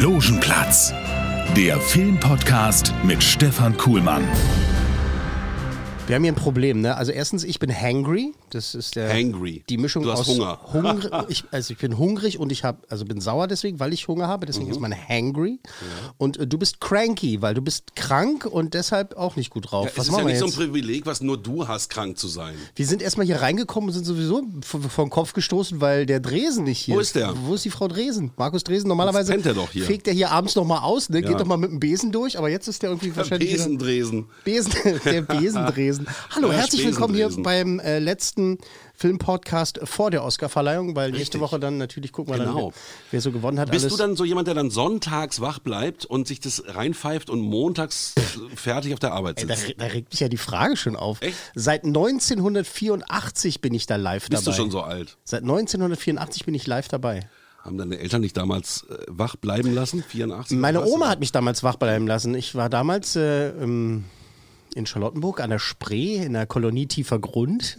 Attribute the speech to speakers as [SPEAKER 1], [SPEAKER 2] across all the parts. [SPEAKER 1] Logenplatz. Der Filmpodcast mit Stefan Kuhlmann.
[SPEAKER 2] Wir haben hier ein Problem, ne? Also erstens, ich bin hangry. Das ist der
[SPEAKER 3] Hangry.
[SPEAKER 2] die Mischung
[SPEAKER 3] Du hast
[SPEAKER 2] aus
[SPEAKER 3] Hunger.
[SPEAKER 2] Hungr- ich, also ich bin hungrig und ich habe, also bin sauer deswegen, weil ich Hunger habe. Deswegen ist
[SPEAKER 3] Mhm.
[SPEAKER 2] man hangry. Und äh, du bist cranky, weil du bist krank und deshalb auch nicht gut drauf.
[SPEAKER 3] Ja, es
[SPEAKER 2] Was
[SPEAKER 3] ist ja
[SPEAKER 2] machen
[SPEAKER 3] nicht so
[SPEAKER 2] wir
[SPEAKER 3] ein
[SPEAKER 2] jetzt?
[SPEAKER 3] Privileg, was nur du hast, krank zu sein.
[SPEAKER 2] wir sind erstmal hier reingekommen und sind sowieso v- vom Kopf gestoßen, weil der Dresen nicht hier
[SPEAKER 3] Wo
[SPEAKER 2] ist.
[SPEAKER 3] ist der?
[SPEAKER 2] Wo ist die Frau Dresen? Markus Dresen, normalerweise
[SPEAKER 3] pennt er doch hier.
[SPEAKER 2] fegt er hier abends nochmal aus, ne?
[SPEAKER 3] Ja.
[SPEAKER 2] geht doch mal mit dem Besen durch, aber jetzt ist der irgendwie wahrscheinlich. wieder-
[SPEAKER 3] Besendresen.
[SPEAKER 2] Besen, der Besendresen. Hallo,
[SPEAKER 3] Ja,
[SPEAKER 2] herzlich willkommen hier
[SPEAKER 3] Spesendresen.
[SPEAKER 2] beim äh, letzten Filmpodcast vor der Oscarverleihung, weil nächste
[SPEAKER 3] Richtig.
[SPEAKER 2] Woche dann natürlich gucken wir dann,
[SPEAKER 3] Genau.
[SPEAKER 2] wer, wer so gewonnen hat.
[SPEAKER 3] Bist
[SPEAKER 2] alles.
[SPEAKER 3] du dann so jemand, der dann sonntags wach bleibt und sich das reinpfeift und montags fertig auf der Arbeit
[SPEAKER 2] Ey, da,
[SPEAKER 3] sitzt?
[SPEAKER 2] da regt mich ja die Frage schon auf.
[SPEAKER 3] Echt?
[SPEAKER 2] Seit 1984 bin ich da live
[SPEAKER 3] Bist
[SPEAKER 2] dabei.
[SPEAKER 3] du schon so alt?
[SPEAKER 2] Seit 1984 bin ich live dabei.
[SPEAKER 3] Haben deine Eltern dich damals äh, wach bleiben lassen? 84?
[SPEAKER 2] Meine
[SPEAKER 3] Was?
[SPEAKER 2] Oma hat mich damals wach bleiben lassen. Ich war damals äh, ähm, in Charlottenburg an der Spree, in der Kolonie Tiefer Grund.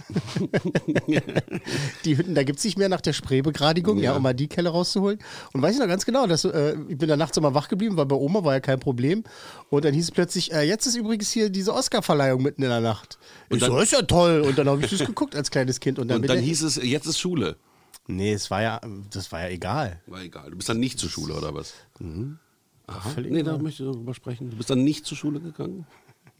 [SPEAKER 2] die Hütten, da gibt es nicht mehr nach der Spreebegradigung, ja.
[SPEAKER 3] Ja.
[SPEAKER 2] um mal die Kelle rauszuholen. Und weiß ich noch ganz genau, dass, äh, ich bin da nachts immer wach geblieben, weil bei Oma war ja kein Problem. Und dann hieß es plötzlich, äh, jetzt ist übrigens hier diese Oscarverleihung mitten in der Nacht. Und ich so, ist ja toll. Und dann habe ich das geguckt als kleines Kind. Und dann,
[SPEAKER 3] Und
[SPEAKER 2] bin
[SPEAKER 3] dann
[SPEAKER 2] ich-
[SPEAKER 3] hieß es, jetzt ist Schule.
[SPEAKER 2] Nee, es war ja, das war ja egal.
[SPEAKER 3] War egal. Du bist dann nicht zur Schule oder was? Aha.
[SPEAKER 2] Mhm. Völlig
[SPEAKER 3] Nee, da
[SPEAKER 2] egal.
[SPEAKER 3] möchte ich drüber sprechen. Du bist dann nicht zur Schule gegangen?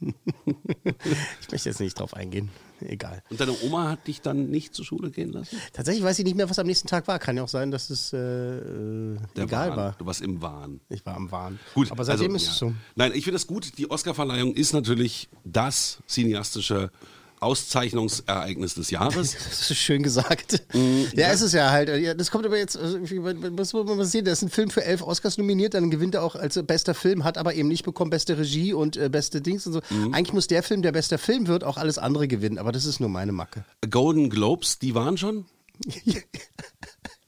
[SPEAKER 2] Ich möchte jetzt nicht drauf eingehen. Egal.
[SPEAKER 3] Und deine Oma hat dich dann nicht zur Schule gehen lassen?
[SPEAKER 2] Tatsächlich weiß ich nicht mehr, was am nächsten Tag war. Kann ja auch sein, dass es äh, äh,
[SPEAKER 3] Der
[SPEAKER 2] egal
[SPEAKER 3] Wahn.
[SPEAKER 2] war.
[SPEAKER 3] Du warst im Wahn.
[SPEAKER 2] Ich war am Wahn.
[SPEAKER 3] Gut,
[SPEAKER 2] aber seitdem
[SPEAKER 3] also,
[SPEAKER 2] ist es
[SPEAKER 3] ja.
[SPEAKER 2] so.
[SPEAKER 3] Nein, ich finde das gut. Die Oscarverleihung ist natürlich das cineastische Auszeichnungsereignis des Jahres.
[SPEAKER 2] Das ist schön gesagt.
[SPEAKER 3] Mm,
[SPEAKER 2] ja, ist es ja halt. Ja, das kommt aber jetzt, also, irgendwie, man- man muss man muss sehen, da ist ein Film für elf Oscars nominiert, dann gewinnt er auch als äh, bester Film, hat aber eben nicht bekommen beste Regie und äh, beste Dings und so.
[SPEAKER 3] Mm.
[SPEAKER 2] Eigentlich muss der Film, der bester Film wird, auch alles andere gewinnen, aber das ist nur meine Macke.
[SPEAKER 3] Golden Globes, die waren schon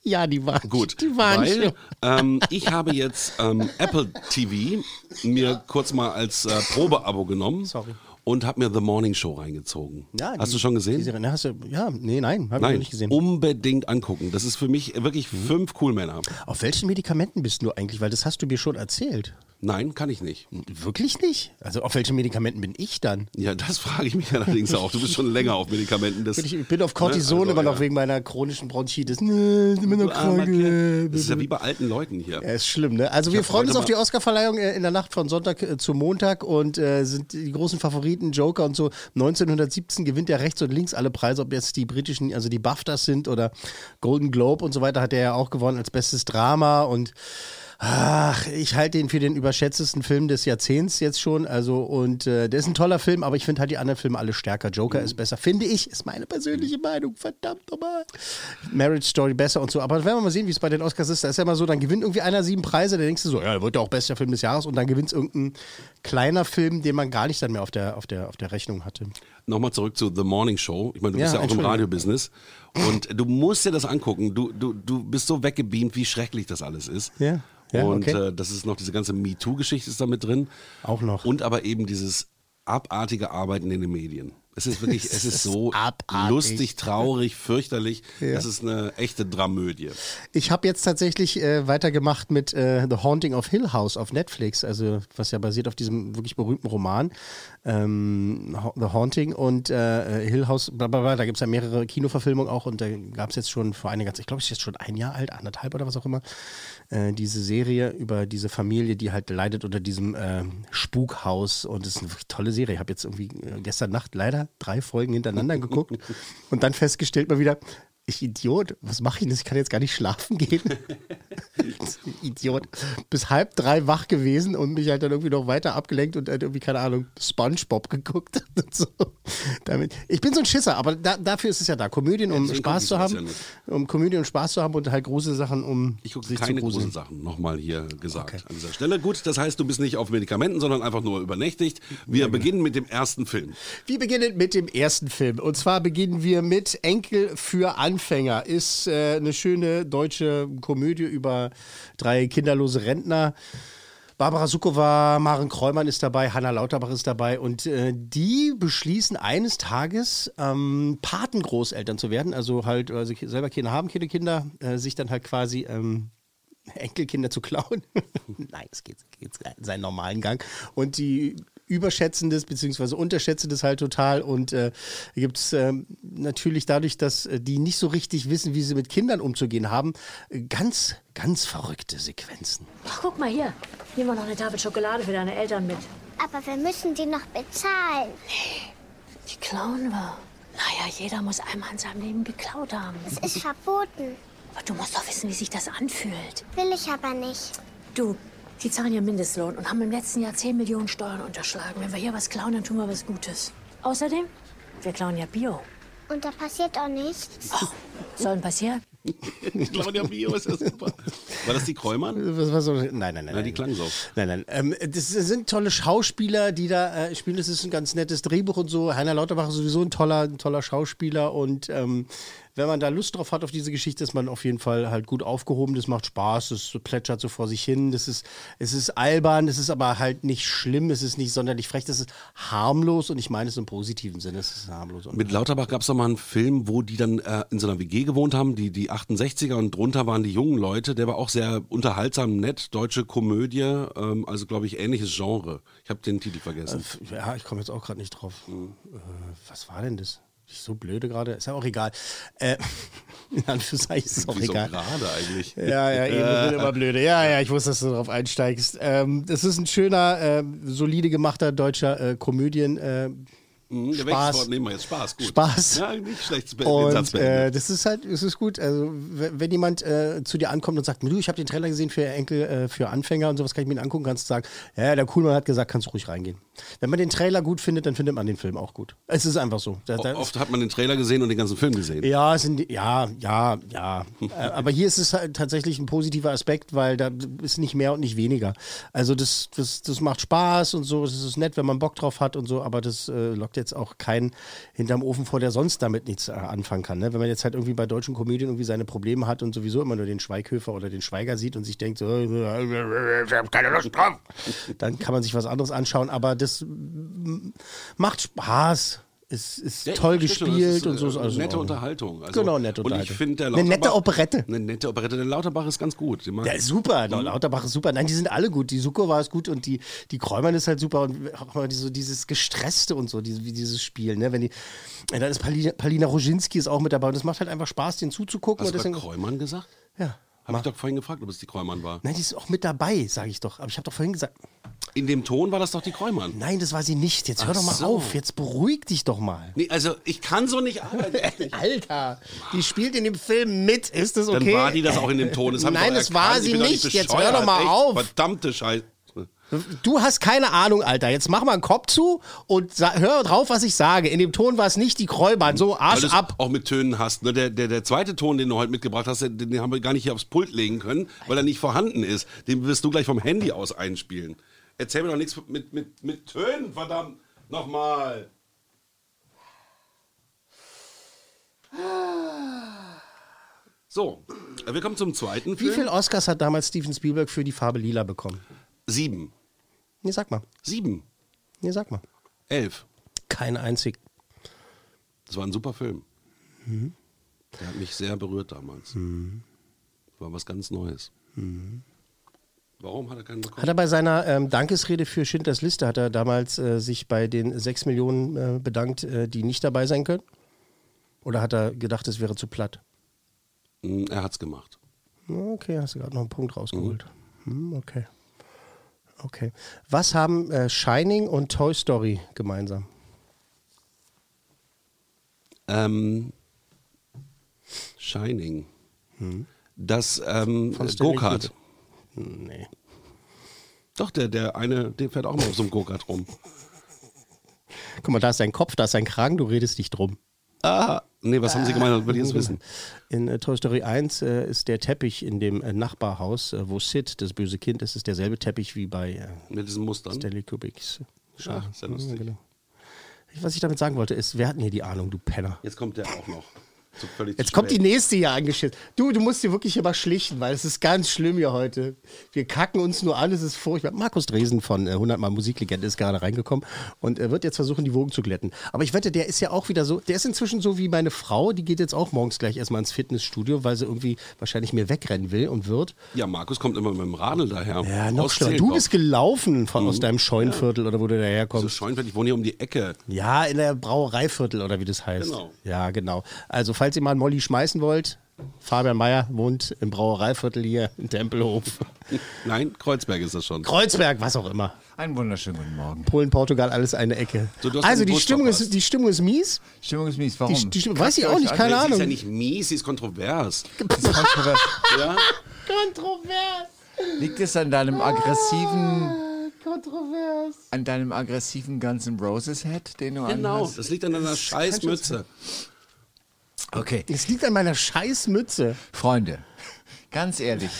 [SPEAKER 2] ja, die waren
[SPEAKER 3] gut.
[SPEAKER 2] Die waren
[SPEAKER 3] weil
[SPEAKER 2] schön.
[SPEAKER 3] ähm, ich habe jetzt ähm, Apple TV mir kurz mal als äh, Probeabo genommen
[SPEAKER 2] Sorry.
[SPEAKER 3] und habe mir The Morning Show reingezogen.
[SPEAKER 2] Ja, die-
[SPEAKER 3] Hast du schon
[SPEAKER 2] Die
[SPEAKER 3] gesehen?
[SPEAKER 2] Serie, na, hast du, ja, nee, nein, habe ich noch
[SPEAKER 3] Nein,
[SPEAKER 2] nicht gesehen.
[SPEAKER 3] unbedingt angucken. Das ist für mich wirklich fünf Coolmänner.
[SPEAKER 2] Auf welchen Medikamenten bist du eigentlich? Weil das hast du mir schon erzählt.
[SPEAKER 3] Nein, kann ich nicht.
[SPEAKER 2] Wirklich nicht? Also auf welchen Medikamenten bin ich dann?
[SPEAKER 3] Ja, das frage ich mich allerdings auch. Du bist schon länger auf Medikamenten. Das,
[SPEAKER 2] Bin ich, ich bin auf Cortison
[SPEAKER 3] Ne, also,
[SPEAKER 2] immer noch
[SPEAKER 3] ja. Hm,
[SPEAKER 2] wegen meiner chronischen Bronchitis. Nö, ich bin
[SPEAKER 3] Du
[SPEAKER 2] noch
[SPEAKER 3] armer
[SPEAKER 2] krank.
[SPEAKER 3] Kerl. Das ist ja
[SPEAKER 2] Ja,
[SPEAKER 3] wie bei alten Leuten hier.
[SPEAKER 2] ist schlimm, ne? Also
[SPEAKER 3] hab
[SPEAKER 2] wir freuen
[SPEAKER 3] heute
[SPEAKER 2] uns auf
[SPEAKER 3] mal-
[SPEAKER 2] die Oscarverleihung äh, in der Nacht von Sonntag äh, zu Montag und äh, sind die großen Favoriten Joker und so. 1917 gewinnt er rechts und links alle Preise, ob jetzt die britischen, also die BAFTAs sind oder Golden Globe und so weiter, hat er ja auch gewonnen als bestes Drama und Ach, ich halte ihn für den überschätztesten Film des Jahrzehnts jetzt schon. Also, und äh, der ist ein toller Film, aber ich finde halt die anderen Filme alle stärker. Joker ist besser, finde ich, ist meine persönliche Meinung. Verdammt nochmal. Marriage Story besser und so. Aber werden wir mal sehen, wie es bei den Oscars ist. Da ist ja immer so, dann gewinnt irgendwie einer sieben Preise, dann denkst du so, ja, wird ja auch bester Film des Jahres und dann gewinnt es irgendein kleiner Film, den man gar nicht dann mehr auf der, auf der, auf der Rechnung hatte.
[SPEAKER 3] Nochmal zurück zu The Morning Show. Ich meine, du
[SPEAKER 2] Ja,
[SPEAKER 3] bist ja auch im
[SPEAKER 2] Entschuldigung.
[SPEAKER 3] Radiobusiness. Und du musst dir das angucken. Du, du, du bist so weggebeamt, wie schrecklich das alles ist.
[SPEAKER 2] Ja, ja,
[SPEAKER 3] und
[SPEAKER 2] okay.
[SPEAKER 3] äh, das ist noch diese ganze MeToo-Geschichte ist da mit drin.
[SPEAKER 2] Auch noch.
[SPEAKER 3] Und aber eben dieses abartige Arbeiten in den Medien. Es ist wirklich, es ist so
[SPEAKER 2] Abartig.
[SPEAKER 3] lustig, traurig, fürchterlich. Das ist eine echte Dramödie.
[SPEAKER 2] Ich habe jetzt tatsächlich äh, weitergemacht mit äh, The Haunting of Hill House auf Netflix, also was ja basiert auf diesem wirklich berühmten Roman ähm, Ha- The Haunting und äh, Hill House, bla bla bla, da gibt es ja mehrere Kinoverfilmungen auch und da gab es jetzt schon vor einiger Zeit, ich glaube, es ist jetzt schon ein Jahr alt, anderthalb oder was auch immer, äh, diese Serie über diese Familie, die halt leidet unter diesem ähm, Spukhaus und es ist eine wirklich tolle Serie. Ich habe jetzt irgendwie äh, gestern Nacht leider drei Folgen hintereinander geguckt und dann festgestellt mal wieder, ich Idiot, was mache ich denn? jetzt? Ich kann jetzt gar nicht schlafen gehen. Idiot. Bis halb drei wach gewesen und mich halt dann irgendwie noch weiter abgelenkt und halt irgendwie, keine Ahnung, Spongebob geguckt. Und so. Damit. Ich bin so ein Schisser, aber da, dafür ist es ja da. Komödien, um
[SPEAKER 3] deswegen guck
[SPEAKER 2] Spaß
[SPEAKER 3] ich
[SPEAKER 2] zu
[SPEAKER 3] das
[SPEAKER 2] haben.
[SPEAKER 3] ja nicht.
[SPEAKER 2] um Komödie und Spaß zu haben und halt große Sachen, um
[SPEAKER 3] Ich gucke
[SPEAKER 2] sich zu
[SPEAKER 3] keine großen
[SPEAKER 2] gruseln.
[SPEAKER 3] Sachen, nochmal hier gesagt an dieser Stelle. Gut, das heißt, du bist nicht auf Medikamenten, sondern einfach nur übernächtigt. Wir beginnen mit dem ersten Film.
[SPEAKER 2] Wir beginnen mit dem ersten Film. Und zwar beginnen wir mit Enkel für Anfänger. Ist äh, eine schöne deutsche Komödie über drei kinderlose Rentner. Barbara Sukowa, Maren Kräumann ist dabei, Hanna Lauterbach ist dabei und äh, die beschließen eines Tages ähm, Patengroßeltern zu werden, also halt, weil sie selber Kinder haben, keine Kinder, äh, sich dann halt quasi ähm, Enkelkinder zu klauen. Nein, es geht, geht seinen normalen Gang. Und die überschätzen das bzw. unterschätzen das halt total. Und äh, gibt es ähm, natürlich dadurch, dass äh, die nicht so richtig wissen, wie sie mit Kindern umzugehen haben, äh, ganz, ganz verrückte Sequenzen.
[SPEAKER 4] Ach, guck mal hier. Nehmen wir noch eine Tafel Schokolade für deine Eltern mit.
[SPEAKER 5] Aber wir müssen die noch bezahlen.
[SPEAKER 4] Die klauen wir. Naja, jeder muss einmal in seinem Leben geklaut haben.
[SPEAKER 5] Es ist verboten.
[SPEAKER 4] Aber du musst doch wissen, wie sich das anfühlt.
[SPEAKER 5] Will ich aber nicht.
[SPEAKER 4] Du, die zahlen ja Mindestlohn und haben im letzten Jahr 10 Millionen Steuern unterschlagen. Wenn wir hier was klauen, dann tun wir was Gutes. Außerdem, wir klauen ja Bio.
[SPEAKER 5] Und da passiert auch nichts.
[SPEAKER 4] Sollen passieren?
[SPEAKER 3] Claudia Bio ist ja super. War das die Kräumann?
[SPEAKER 2] Was, was, soll- nein, nein, nein.
[SPEAKER 3] Na, die
[SPEAKER 2] nein.
[SPEAKER 3] klang so.
[SPEAKER 2] Nein, nein. Ähm, das sind tolle Schauspieler, die da äh, spielen. Es ist ein ganz nettes Drehbuch und so. Heiner Lauterbach ist sowieso ein toller, ein toller Schauspieler. Und ähm, wenn man da Lust drauf hat auf diese Geschichte, ist man auf jeden Fall halt gut aufgehoben. Das macht Spaß, das plätschert so vor sich hin. Das ist, es ist albern, es ist aber halt nicht schlimm, es ist nicht sonderlich frech, das ist harmlos und ich meine es im positiven Sinne, es ist harmlos. Und
[SPEAKER 3] Mit Lauterbach gab es doch mal einen Film, wo die dann äh, in so einer WG gewohnt haben, die, die 68er und drunter waren die jungen Leute. Der war auch sehr unterhaltsam, nett, deutsche Komödie, ähm, also glaube ich ähnliches Genre. Ich habe den Titel
[SPEAKER 2] Äh,
[SPEAKER 3] vergessen.
[SPEAKER 2] ja, ich komme jetzt auch gerade nicht drauf.
[SPEAKER 3] Hm.
[SPEAKER 2] Äh, was war denn das? Ich so blöde gerade, ist ja auch egal. Äh, in Anführungszeichen ist es auch
[SPEAKER 3] Wieso
[SPEAKER 2] egal.
[SPEAKER 3] gerade eigentlich?
[SPEAKER 2] Ja, ja, eben bin immer blöde. Ja, ja, ich wusste, dass du darauf einsteigst. Ähm, das ist ein schöner, ähm, solide gemachter deutscher äh, Komödien. Äh,
[SPEAKER 3] Hm, der
[SPEAKER 2] Spaß.
[SPEAKER 3] Wechselwort nehmen wir jetzt Spaß. Gut.
[SPEAKER 2] Spaß.
[SPEAKER 3] Ja, nicht schlecht. zu be- den Satz
[SPEAKER 2] und äh,
[SPEAKER 3] beendet.
[SPEAKER 2] das ist halt, es ist gut. Also, w- wenn jemand äh, zu dir ankommt und sagt, du, ich habe den Trailer gesehen für Enkel, äh, für Anfänger und sowas, kann ich mir den angucken, kannst du sagen, ja, der Kuhlmann hat gesagt, kannst du ruhig reingehen. Wenn man den Trailer gut findet, dann findet man den Film auch gut. Es ist einfach so. Da, da,
[SPEAKER 3] O- Oft hat man den Trailer gesehen und den ganzen Film gesehen.
[SPEAKER 2] Ja, es sind, ja, ja, ja. Äh, Aber hier ist es halt tatsächlich ein positiver Aspekt, weil da ist nicht mehr und nicht weniger. Also das, das, das macht Spaß und so, es ist nett, wenn man Bock drauf hat und so, aber das äh, lockt jetzt auch keinen hinterm Ofen vor, der sonst damit nichts äh, anfangen kann. Ne? Wenn man jetzt halt irgendwie bei deutschen Komödien irgendwie seine Probleme hat und sowieso immer nur den Schweighöfer oder den Schweiger sieht und sich denkt, so, ich hab keine Lust drauf, dann kann man sich was anderes anschauen, aber das mm, macht Spaß. Es ist
[SPEAKER 3] Ja, ich
[SPEAKER 2] toll
[SPEAKER 3] verstehe schon,
[SPEAKER 2] gespielt
[SPEAKER 3] das ist,
[SPEAKER 2] und so.
[SPEAKER 3] äh,
[SPEAKER 2] ist alles in
[SPEAKER 3] nette
[SPEAKER 2] Ordnung.
[SPEAKER 3] Unterhaltung. Also,
[SPEAKER 2] Genau, nette
[SPEAKER 3] Und
[SPEAKER 2] Unterhaltung.
[SPEAKER 3] ich finde der
[SPEAKER 2] Eine nette
[SPEAKER 3] Lauterbach-
[SPEAKER 2] Operette.
[SPEAKER 3] Eine nette Operette. Der Lauterbach ist ganz gut. Den mag
[SPEAKER 2] Ja,
[SPEAKER 3] ich.
[SPEAKER 2] ist super. Mhm. Lauterbach ist super. Nein, die sind alle gut. Die Suko war es gut und die, die Kräumann ist halt super. Und auch mal so dieses Gestresste und so, diese, wie dieses Spiel. Ne? Wenn die, ja, dann ist Palina, Palina Roginski ist auch mit dabei. Und es macht halt einfach Spaß, den zuzugucken.
[SPEAKER 3] Hast du
[SPEAKER 2] und
[SPEAKER 3] gerade
[SPEAKER 2] deswegen,
[SPEAKER 3] Kräumann gesagt?
[SPEAKER 2] ja.
[SPEAKER 3] Habe ich doch vorhin gefragt, ob es die Kräumann war.
[SPEAKER 2] Nein, die ist auch mit dabei, sage ich doch. Aber ich habe doch vorhin gesagt,
[SPEAKER 3] In dem Ton war das doch die Kräumann.
[SPEAKER 2] nein, das war sie nicht. Jetzt hör
[SPEAKER 3] Ach
[SPEAKER 2] doch mal
[SPEAKER 3] so.
[SPEAKER 2] auf. Jetzt beruhig dich doch mal.
[SPEAKER 3] Nee, also ich kann so nicht arbeiten.
[SPEAKER 2] Alter, die spielt in dem Film mit. Ist das
[SPEAKER 3] Dann
[SPEAKER 2] okay?
[SPEAKER 3] war die das auch in dem Ton. Das hab ich
[SPEAKER 2] Nein,
[SPEAKER 3] doch
[SPEAKER 2] das
[SPEAKER 3] erkannt.
[SPEAKER 2] war
[SPEAKER 3] Ich
[SPEAKER 2] sie
[SPEAKER 3] bin doch
[SPEAKER 2] nicht. Jetzt
[SPEAKER 3] bescheuert.
[SPEAKER 2] hör doch mal
[SPEAKER 3] Echt?
[SPEAKER 2] auf.
[SPEAKER 3] Verdammte Scheiße.
[SPEAKER 2] Du hast keine Ahnung, Alter. Jetzt mach mal einen Kopf zu und sa- hör drauf, was ich sage. In dem Ton war es nicht die Kräubern. So,
[SPEAKER 3] Weil
[SPEAKER 2] Arsch
[SPEAKER 3] du es
[SPEAKER 2] ab.
[SPEAKER 3] auch mit Tönen hast. Ne? Der, der, der zweite Ton, den du heute mitgebracht hast, den, den haben wir gar nicht hier aufs Pult legen können, weil er nicht vorhanden ist. Den wirst du gleich vom Handy aus einspielen. Erzähl mir doch nichts mit, mit, mit Tönen, verdammt. Nochmal. So, wir kommen zum zweiten
[SPEAKER 2] Wie
[SPEAKER 3] Film.
[SPEAKER 2] viele Oscars hat damals Steven Spielberg für die Farbe Lila bekommen?
[SPEAKER 3] Sieben.
[SPEAKER 2] Nee, sag mal.
[SPEAKER 3] Sieben.
[SPEAKER 2] Nee, sag mal.
[SPEAKER 3] Elf.
[SPEAKER 2] Kein einzig.
[SPEAKER 3] Das war ein super Film. Der hat mich sehr berührt damals. War was ganz Neues. Warum hat er keinen bekommen?
[SPEAKER 2] Hat er bei seiner ähm, Dankesrede für Schindlers Liste, hat er damals äh, sich bei den 6 Millionen äh, bedankt, äh, die nicht dabei sein können? Oder hat er gedacht, es wäre zu platt?
[SPEAKER 3] Hm, Er hat's gemacht.
[SPEAKER 2] Okay, hast du gerade noch einen Punkt rausgeholt. Hm, okay. Okay. Was haben äh, Shining und Toy Story gemeinsam?
[SPEAKER 3] Ähm, Shining. Das ähm,
[SPEAKER 2] Von Stanley
[SPEAKER 3] Go-Kart.
[SPEAKER 2] Kubrick. Hm, Nee.
[SPEAKER 3] Doch, der, der eine, der fährt auch mal auf so einem Go-Kart rum.
[SPEAKER 2] Guck mal, da ist dein Kopf, da ist dein Kragen, du redest nicht drum.
[SPEAKER 3] Ah, nee, was haben Sie gemeint? Das will ich jetzt wissen.
[SPEAKER 2] In äh, Toy Story 1 äh, ist der Teppich in dem äh, Nachbarhaus, äh, wo Sid, das böse Kind, ist, ist derselbe Teppich wie bei äh,
[SPEAKER 3] Mit diesen Mustern.
[SPEAKER 2] Stanley Kubricks. äh,
[SPEAKER 3] Ach, ist
[SPEAKER 2] Ja,
[SPEAKER 3] ja Mhm. lustig.
[SPEAKER 2] genau. Was ich damit sagen wollte, ist, wir hatten hier die Ahnung, du Penner.
[SPEAKER 3] Jetzt kommt der auch noch. So völlig
[SPEAKER 2] Jetzt
[SPEAKER 3] zu
[SPEAKER 2] kommt die
[SPEAKER 3] spät.
[SPEAKER 2] nächste hier angeschissen. Du, du musst dir wirklich hier mal schlichten, weil es ist ganz schlimm hier heute. Wir kacken uns nur an, es ist furchtbar. Markus Dresen von äh, 100 Mal Musiklegende ist gerade reingekommen und äh, wird jetzt versuchen, die Wogen zu glätten. Aber ich wette, der ist ja auch wieder so, der ist inzwischen so wie meine Frau, die geht jetzt auch morgens gleich erstmal ins Fitnessstudio, weil sie irgendwie wahrscheinlich mir wegrennen will und wird.
[SPEAKER 3] Ja, Markus kommt immer mit dem Radl daher.
[SPEAKER 2] Ja, noch
[SPEAKER 3] Aus
[SPEAKER 2] schlimmer. Mhm. Du
[SPEAKER 3] Zehlendorf.
[SPEAKER 2] bist gelaufen von aus deinem Scheunenviertel oder wo du
[SPEAKER 3] So
[SPEAKER 2] daherkommst.
[SPEAKER 3] Scheunfeld, ich wohne hier um die Ecke.
[SPEAKER 2] Ja, in der Brauereiviertel oder wie das heißt.
[SPEAKER 3] Genau.
[SPEAKER 2] Ja, genau. Also, falls ihr mal einen Molly schmeißen wollt, Fabian Meyer wohnt im Brauereiviertel hier in Tempelhof.
[SPEAKER 3] Nein, Kreuzberg ist das schon.
[SPEAKER 2] Kreuzberg, was auch immer.
[SPEAKER 6] Einen wunderschönen guten Morgen.
[SPEAKER 2] Polen, Portugal, alles eine Ecke.
[SPEAKER 3] So, du hast
[SPEAKER 2] also,
[SPEAKER 3] den
[SPEAKER 2] die
[SPEAKER 3] Bus
[SPEAKER 2] Stimmung,
[SPEAKER 3] verpasst.
[SPEAKER 2] ist, die Stimmung ist mies.
[SPEAKER 6] Stimmung ist mies.
[SPEAKER 2] Die,
[SPEAKER 6] Warum?
[SPEAKER 2] die Stimmung, weiß ich auch
[SPEAKER 6] euch
[SPEAKER 2] nicht,
[SPEAKER 6] an.
[SPEAKER 2] keine
[SPEAKER 3] sie
[SPEAKER 2] Ahnung.
[SPEAKER 3] ist ja nicht mies, sie ist kontrovers.
[SPEAKER 6] Das ist kontrovers.
[SPEAKER 3] Ja?
[SPEAKER 2] Kontrovers, Ah,
[SPEAKER 6] Liegt es an deinem aggressiven,
[SPEAKER 2] kontrovers.
[SPEAKER 6] an deinem aggressiven Guns N' Roses Head, den du
[SPEAKER 3] Genau,
[SPEAKER 6] anhast?
[SPEAKER 3] das liegt an deiner Scheißmütze.
[SPEAKER 6] Okay,
[SPEAKER 2] Es liegt an meiner Scheißmütze.
[SPEAKER 6] Freunde, ganz ehrlich,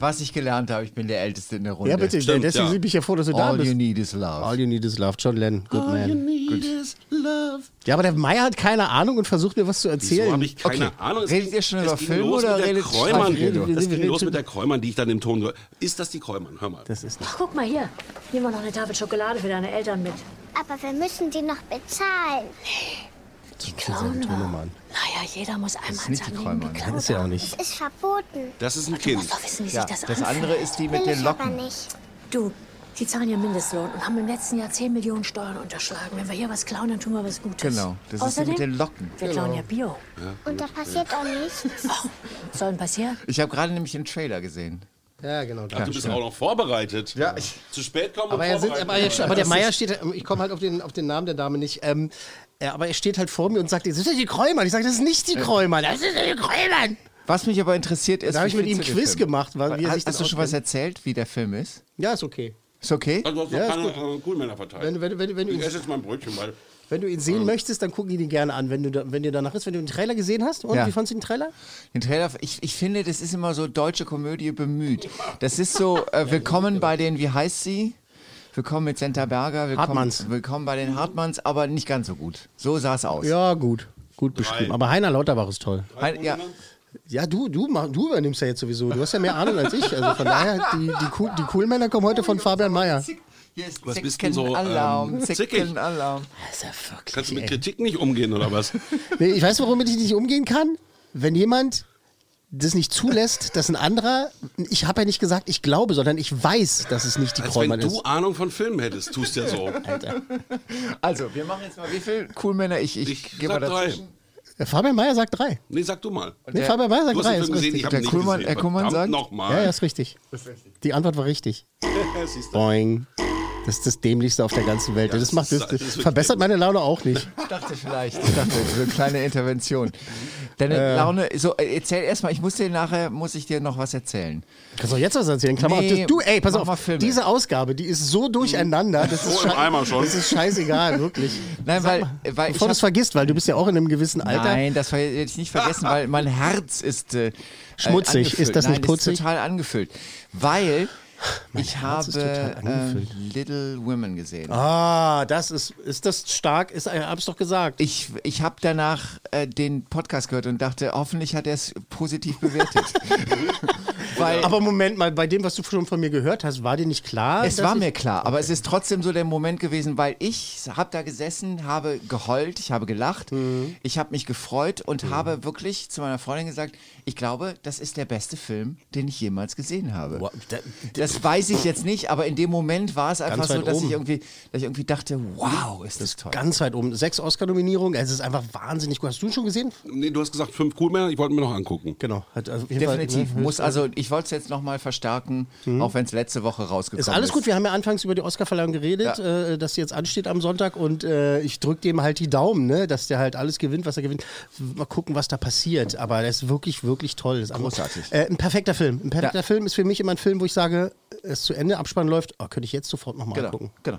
[SPEAKER 6] was ich gelernt habe, ich bin der Älteste in der Runde.
[SPEAKER 2] Ja, bitte,
[SPEAKER 3] Stimmt,
[SPEAKER 2] deswegen
[SPEAKER 3] ja.
[SPEAKER 2] bin ich ja froh, dass du da
[SPEAKER 6] All
[SPEAKER 2] bist.
[SPEAKER 6] you need is love.
[SPEAKER 2] All you need is love, John Lennon, good man.
[SPEAKER 3] Need is love.
[SPEAKER 2] Ja, aber der Meier hat keine Ahnung und versucht mir was zu
[SPEAKER 3] Wieso
[SPEAKER 2] erzählen.
[SPEAKER 3] habe ich keine
[SPEAKER 6] Okay.
[SPEAKER 3] Ahnung? Es
[SPEAKER 6] Redet
[SPEAKER 3] ging-
[SPEAKER 6] ihr schon
[SPEAKER 3] es
[SPEAKER 6] über
[SPEAKER 3] ging
[SPEAKER 6] Film
[SPEAKER 3] los
[SPEAKER 6] oder
[SPEAKER 3] mit der
[SPEAKER 6] redet-
[SPEAKER 3] Kräumann?
[SPEAKER 6] Ach, redet-
[SPEAKER 3] Das
[SPEAKER 2] redet-
[SPEAKER 3] ging los
[SPEAKER 2] redet-
[SPEAKER 3] mit der Kräumann, die ich dann im Ton gehört Ist das die Kräumann? Hör mal.
[SPEAKER 2] das ist nicht.
[SPEAKER 4] Ach, guck mal hier. Nehmen wir noch eine Tafel Schokolade für deine Eltern mit.
[SPEAKER 5] Aber wir müssen die noch bezahlen.
[SPEAKER 2] Die Tonummer an.
[SPEAKER 4] Naja, jeder muss einmal
[SPEAKER 6] nicht die
[SPEAKER 4] seinem Leben
[SPEAKER 6] Kräumann.
[SPEAKER 4] geklaut
[SPEAKER 2] Das Oh ist ja auch nicht.
[SPEAKER 5] Es ist verboten.
[SPEAKER 3] Das ist ein
[SPEAKER 4] Du
[SPEAKER 3] Kind.
[SPEAKER 4] musst doch wissen, wie
[SPEAKER 6] Ja,
[SPEAKER 4] sich das,
[SPEAKER 6] das andere
[SPEAKER 4] anfühlt.
[SPEAKER 6] ist die mit
[SPEAKER 5] Will
[SPEAKER 6] den
[SPEAKER 5] ich aber
[SPEAKER 6] Locken.
[SPEAKER 5] nicht.
[SPEAKER 4] Du, die zahlen ja Mindestlohn und haben im letzten Jahr 10 Millionen Steuern unterschlagen. Wenn wir hier was klauen, dann tun wir was Gutes.
[SPEAKER 6] Genau, das ist die
[SPEAKER 4] Außerdem,
[SPEAKER 6] mit den Locken.
[SPEAKER 4] Wir klauen ja Bio.
[SPEAKER 5] Und da passiert auch nichts.
[SPEAKER 4] Soll denn passieren?
[SPEAKER 6] Ich habe gerade nämlich einen Trailer gesehen.
[SPEAKER 2] Ja, genau.
[SPEAKER 3] Ach, du bist auch noch vorbereitet.
[SPEAKER 6] Ja, ich-
[SPEAKER 3] Zu spät kommen
[SPEAKER 2] Aber,
[SPEAKER 3] und
[SPEAKER 2] er sind, aber,
[SPEAKER 3] vorbereitet.
[SPEAKER 2] er, aber der Meier steht, ich komme halt auf den, auf den Namen der Dame nicht, ähm, er, aber er steht halt vor mir und sagt, das ist ja die Kräumann. Ich sage, das ist nicht die Kräumann, das ist die Kräumann.
[SPEAKER 6] Was mich aber interessiert ist,
[SPEAKER 2] Da habe ich
[SPEAKER 6] wie
[SPEAKER 2] mit ihm
[SPEAKER 6] findest du den
[SPEAKER 2] Quiz
[SPEAKER 6] Film?
[SPEAKER 2] gemacht, weil wir sich
[SPEAKER 6] Hast, hast du schon was erzählt, wie der Film ist?
[SPEAKER 2] Ja, ist okay.
[SPEAKER 6] Ist okay?
[SPEAKER 3] Also, du hast noch
[SPEAKER 2] Ja, ist
[SPEAKER 3] keine äh, Coolmänner verteilt.
[SPEAKER 2] Wenn, du- wenn, du- wenn, du- wenn, du
[SPEAKER 3] ich
[SPEAKER 2] ihn,
[SPEAKER 3] esse jetzt mein Brötchen, weil
[SPEAKER 2] wenn du ihn sehen möchtest, dann gucken die den gerne an, wenn du, da, wenn dir danach ist, wenn du den Trailer gesehen hast. Und
[SPEAKER 6] Ja.
[SPEAKER 2] wie fandst du den Trailer?
[SPEAKER 6] Den Trailer, ich, ich finde, das ist immer so deutsche Komödie bemüht. Das ist so, äh, willkommen bei den, wie heißt sie? Willkommen mit Senta Berger, willkommen,
[SPEAKER 2] Hartmanns.
[SPEAKER 6] willkommen bei den Hartmanns, aber nicht ganz so gut. So sah es aus.
[SPEAKER 2] Ja, gut. Gut beschrieben. Aber Heiner Lauterbach ist toll.
[SPEAKER 6] Ein, ja,
[SPEAKER 2] Ja, du, du, mach- du übernimmst ja jetzt sowieso. Du hast ja mehr Ahnung als ich. Also von daher, die, die, Cool- die coolen Männer kommen heute von Fabian Meyer.
[SPEAKER 6] hier ist
[SPEAKER 3] Was bist denn so,
[SPEAKER 6] Zickenalarm,
[SPEAKER 3] ähm, zickig?
[SPEAKER 6] Zickenalarm.
[SPEAKER 2] Das ist ja wirklich.
[SPEAKER 3] kannst du mit
[SPEAKER 2] ey.
[SPEAKER 3] Kritik nicht umgehen oder was?
[SPEAKER 2] Nee, ich weiß, warum ich nicht umgehen kann. Wenn jemand das nicht zulässt, dass ein anderer, ich habe ja nicht gesagt, ich glaube, sondern ich weiß, dass es nicht die
[SPEAKER 3] Als Also wenn
[SPEAKER 2] Kräumann
[SPEAKER 3] du
[SPEAKER 2] ist.
[SPEAKER 3] Ahnung von Filmen hättest, tust ja so.
[SPEAKER 6] Also, wir machen jetzt mal, wie viel Coolmänner ich, ich,
[SPEAKER 3] Ich
[SPEAKER 6] gehe mal
[SPEAKER 3] sag drei.
[SPEAKER 6] dazwischen.
[SPEAKER 2] Äh, Fabian Meyer sagt drei.
[SPEAKER 3] Nee, sag du mal.
[SPEAKER 2] Nee, Fabian Meyer sagt
[SPEAKER 3] Du hast
[SPEAKER 2] drei.
[SPEAKER 3] den
[SPEAKER 2] Ist
[SPEAKER 3] Film gesehen,
[SPEAKER 2] richtig.
[SPEAKER 3] ich habe
[SPEAKER 6] Der
[SPEAKER 3] ihn nicht
[SPEAKER 6] Kuhlmann-
[SPEAKER 3] gesehen.
[SPEAKER 6] der Kuhlmann sagt-
[SPEAKER 3] Verdammt
[SPEAKER 2] Ja, ja,
[SPEAKER 3] nochmal.
[SPEAKER 2] ist richtig. Die Antwort war richtig. Boing. Das ist das Dämlichste auf der ganzen Welt. das,
[SPEAKER 3] das
[SPEAKER 2] macht,
[SPEAKER 3] ist-
[SPEAKER 2] das,
[SPEAKER 3] das ist wirklich
[SPEAKER 2] verbessert meine Laune auch nicht.
[SPEAKER 6] Ich dachte vielleicht, ich dachte, so eine kleine Intervention. Deine Laune, so, äh, erzähl erstmal, ich muss dir nachher, muss ich dir noch was erzählen.
[SPEAKER 2] Kannst du jetzt was erzählen? Klammer auf.
[SPEAKER 6] Nee,
[SPEAKER 2] Das- Du, ey, pass
[SPEAKER 6] mach mal
[SPEAKER 2] auf.
[SPEAKER 6] Filme.
[SPEAKER 2] Diese Ausgabe, die ist so durcheinander. Das ist
[SPEAKER 3] So im
[SPEAKER 2] schei-
[SPEAKER 3] Eimer schon.
[SPEAKER 2] Das ist scheißegal, wirklich.
[SPEAKER 6] Nein, weil, weil ich
[SPEAKER 2] Bevor du es
[SPEAKER 6] hab-
[SPEAKER 2] vergisst, weil du bist ja auch in einem gewissen Alter.
[SPEAKER 6] Nein, äh, das war- hätte ich nicht vergessen, weil mein Herz ist äh,
[SPEAKER 2] Schmutzig.
[SPEAKER 6] äh, angefüllt.
[SPEAKER 2] Ist das nicht
[SPEAKER 6] Nein,
[SPEAKER 2] putzig?
[SPEAKER 6] Ist total angefüllt, weil ich
[SPEAKER 2] Herz ist
[SPEAKER 6] habe
[SPEAKER 2] total angefüllt.
[SPEAKER 6] äh, Little Women gesehen.
[SPEAKER 2] Ah, das ist, ist das stark? Ist, äh, hab's doch gesagt.
[SPEAKER 6] Ich, ich habe danach äh, den Podcast gehört und dachte, hoffentlich hat er es positiv bewertet. weil
[SPEAKER 2] aber Moment mal, bei dem, was du schon von mir gehört hast, war dir nicht klar?
[SPEAKER 6] es
[SPEAKER 2] dass
[SPEAKER 6] war
[SPEAKER 2] ich-
[SPEAKER 6] mir klar, aber es ist trotzdem so der Moment gewesen, weil ich habe da gesessen, habe geheult, ich habe gelacht, ich habe mich gefreut und habe wirklich zu meiner Freundin gesagt, ich glaube, das ist der beste Film, den ich jemals gesehen habe.
[SPEAKER 2] Wow, da-
[SPEAKER 6] Das das weiß ich jetzt nicht, aber in dem Moment war es einfach
[SPEAKER 2] Ganz
[SPEAKER 6] so,
[SPEAKER 2] weit
[SPEAKER 6] dass
[SPEAKER 2] oben.
[SPEAKER 6] ich, irgendwie, dass ich irgendwie dachte, wow, ist das toll.
[SPEAKER 2] Ganz weit oben. Sechs Oscar-Nominierungen. Es ist einfach wahnsinnig gut. Hast du ihn schon gesehen?
[SPEAKER 3] Nee, du hast gesagt fünf Coolmänner, ich wollte mir noch angucken.
[SPEAKER 2] Genau. Hat auf jeden Fall-
[SPEAKER 6] Definitiv. Muss also, ich wollte es jetzt nochmal verstärken, auch wenn es letzte Woche rausgekommen Mhm. ist.
[SPEAKER 2] Ist alles gut. Wir haben ja anfangs über die Oscarverleihung geredet, äh, dass die jetzt ansteht am Sonntag und äh, ich drücke dem halt die Daumen, ne? dass der halt alles gewinnt, was er gewinnt. Mal gucken, was da passiert. Aber der ist wirklich, wirklich toll. Das ist einfach-
[SPEAKER 6] Großartig.
[SPEAKER 2] Äh, ein perfekter Film. Ein perfekter
[SPEAKER 6] Ja.
[SPEAKER 2] Film ist für mich immer ein Film, wo ich sage, es ist zu Ende, Abspann läuft, oh, könnte ich jetzt sofort nochmal mal
[SPEAKER 6] Genau,
[SPEAKER 2] angucken.
[SPEAKER 6] genau.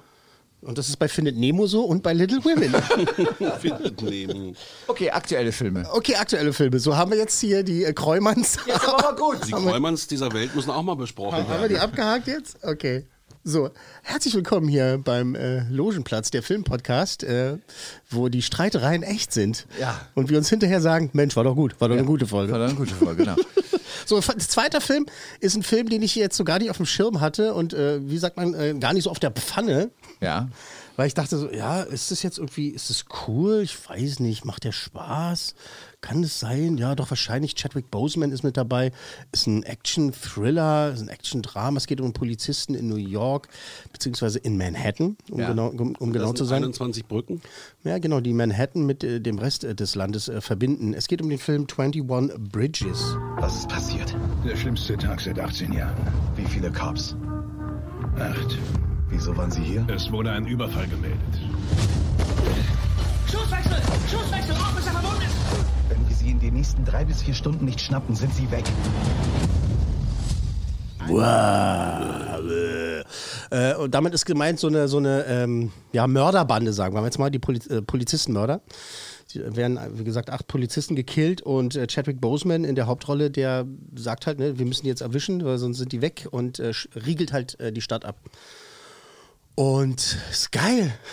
[SPEAKER 2] Und das ist bei Findet Nemo so und bei Little Women.
[SPEAKER 3] Findet nehmen.
[SPEAKER 6] Okay, aktuelle Filme.
[SPEAKER 2] okay, aktuelle Filme. So haben wir jetzt hier die äh, Kräumanns.
[SPEAKER 6] aber gut.
[SPEAKER 3] Die Kräumanns dieser Welt müssen auch mal besprochen
[SPEAKER 2] Haben wir die
[SPEAKER 3] werden.
[SPEAKER 2] abgehakt jetzt? Okay. So, herzlich willkommen hier beim äh, Logenplatz, der Filmpodcast, äh, wo die Streitereien echt sind.
[SPEAKER 6] Ja.
[SPEAKER 2] Und wir uns hinterher sagen, Mensch, war doch gut, war doch eine gute Folge.
[SPEAKER 6] War dann eine gute Folge, genau.
[SPEAKER 2] So, f- zweiter Film ist ein Film, den ich jetzt so gar nicht auf dem Schirm hatte und äh, wie sagt man, äh, gar nicht so auf der Pfanne.
[SPEAKER 6] Ja.
[SPEAKER 2] Weil ich dachte so, ja, ist das jetzt irgendwie, ist das cool? Ich weiß nicht, macht der Spaß? Kann es sein? Ja, doch wahrscheinlich. Chadwick Boseman ist mit dabei. Ist ein Action-Thriller, ist ein Action-Drama. Es geht um einen Polizisten in New York, beziehungsweise in Manhattan, um
[SPEAKER 6] Ja.
[SPEAKER 2] genau, um, um genau
[SPEAKER 3] Das
[SPEAKER 2] zu
[SPEAKER 3] sind
[SPEAKER 2] sein.
[SPEAKER 3] 21 Brücken.
[SPEAKER 2] Ja, genau, die Manhattan mit äh, dem Rest äh, des Landes äh, verbinden. Es geht um den Film 21 Bridges.
[SPEAKER 7] Was ist passiert?
[SPEAKER 8] Der schlimmste Tag seit 18 Jahren.
[SPEAKER 7] Wie viele Cops?
[SPEAKER 8] Acht.
[SPEAKER 7] Wieso waren sie
[SPEAKER 6] Äh.
[SPEAKER 7] hier?
[SPEAKER 8] Es wurde ein Überfall gemeldet.
[SPEAKER 7] Schusswechsel! Schusswechsel! Officer verwundet! Wenn wir sie in den nächsten drei bis vier Stunden nicht schnappen, sind sie weg.
[SPEAKER 2] Wow. Äh, und damit ist gemeint so eine, so eine ähm, ja, Mörderbande, sagen wir jetzt mal, die Poliz äh, Polizistenmörder. Sie werden, äh, wie gesagt, acht Polizisten gekillt und äh, Chadwick Boseman in der Hauptrolle, der sagt halt, ne, wir müssen die jetzt erwischen, weil sonst sind die weg und äh, sch- riegelt halt äh, die Stadt ab. Und ist geil.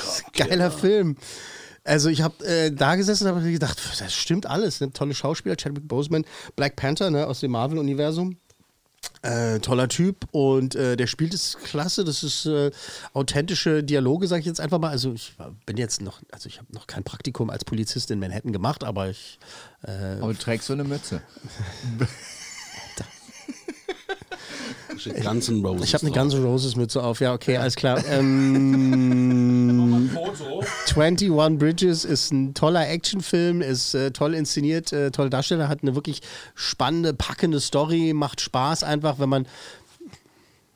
[SPEAKER 2] Ist Geiler Film. Also ich habe äh, da gesessen und habe gedacht, pf, das stimmt alles. Ne? Tolle Schauspieler, Chadwick Boseman, Black Panther ne, aus dem Marvel-Universum. Äh, toller Typ und äh, der spielt es klasse. Das ist äh, authentische Dialoge, sage ich jetzt einfach mal. Also ich war- bin jetzt noch, also ich habe noch kein Praktikum als Polizist in Manhattan gemacht, aber ich
[SPEAKER 6] Aber du trägst so eine Mütze.
[SPEAKER 3] Ganzen Roses.
[SPEAKER 2] Ich habe eine
[SPEAKER 3] drauf.
[SPEAKER 2] Guns N' Roses Mütze auf, ja, okay, alles klar. Ähm, 21 Bridges ist ein toller Actionfilm, ist äh, toll inszeniert, äh, tolle Darsteller, hat eine wirklich spannende, packende Story, macht Spaß einfach, wenn man,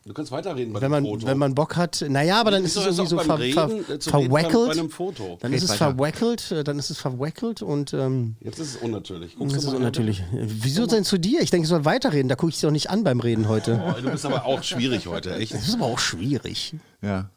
[SPEAKER 3] Du kannst weiterreden bei
[SPEAKER 2] wenn man,
[SPEAKER 3] dem Foto.
[SPEAKER 2] wenn man Bock hat. Naja, aber dann ist
[SPEAKER 3] Wieso
[SPEAKER 2] es
[SPEAKER 3] ist
[SPEAKER 2] irgendwie so
[SPEAKER 3] auch
[SPEAKER 2] ver
[SPEAKER 3] beim
[SPEAKER 2] ver
[SPEAKER 3] Reden, äh, zu reden bei-
[SPEAKER 2] verwackelt.
[SPEAKER 3] bei einem Foto?
[SPEAKER 2] Dann
[SPEAKER 6] Geht
[SPEAKER 2] ist es
[SPEAKER 6] weiter.
[SPEAKER 2] verwackelt, äh, dann ist es verwackelt und ähm,
[SPEAKER 3] Jetzt ist es unnatürlich. Guckst
[SPEAKER 2] das
[SPEAKER 3] du
[SPEAKER 2] ist
[SPEAKER 3] mal ne?
[SPEAKER 2] unnatürlich. Äh, Wieso denn zu dir? Ich denke, ich soll weiterreden, da gucke ich dich doch nicht an beim Reden heute.
[SPEAKER 3] hinter- Du bist aber auch schwierig heute, echt.
[SPEAKER 2] Das ist aber auch schwierig. Äh,
[SPEAKER 6] Ja.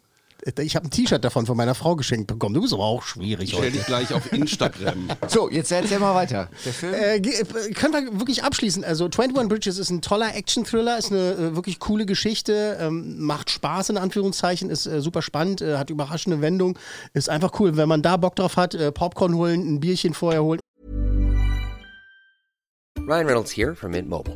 [SPEAKER 2] Ich habe ein T-Shirt davon von meiner Frau geschenkt bekommen. Du bist aber auch schwierig
[SPEAKER 3] Ich stell
[SPEAKER 2] heute.
[SPEAKER 3] dich gleich auf Instagram.
[SPEAKER 6] So, jetzt erzähl mal weiter. Der Film.
[SPEAKER 2] Äh, ge- äh, können wir wirklich abschließen. Also 21 Bridges ist ein toller Action-Thriller, ist eine äh, wirklich coole Geschichte, ähm, macht Spaß in Anführungszeichen, ist äh, super spannend, äh, hat überraschende Wendung, ist einfach cool. Wenn man da Bock drauf hat, äh, Popcorn holen, ein Bierchen vorher holen
[SPEAKER 9] Ryan Reynolds here from Mint Mobile.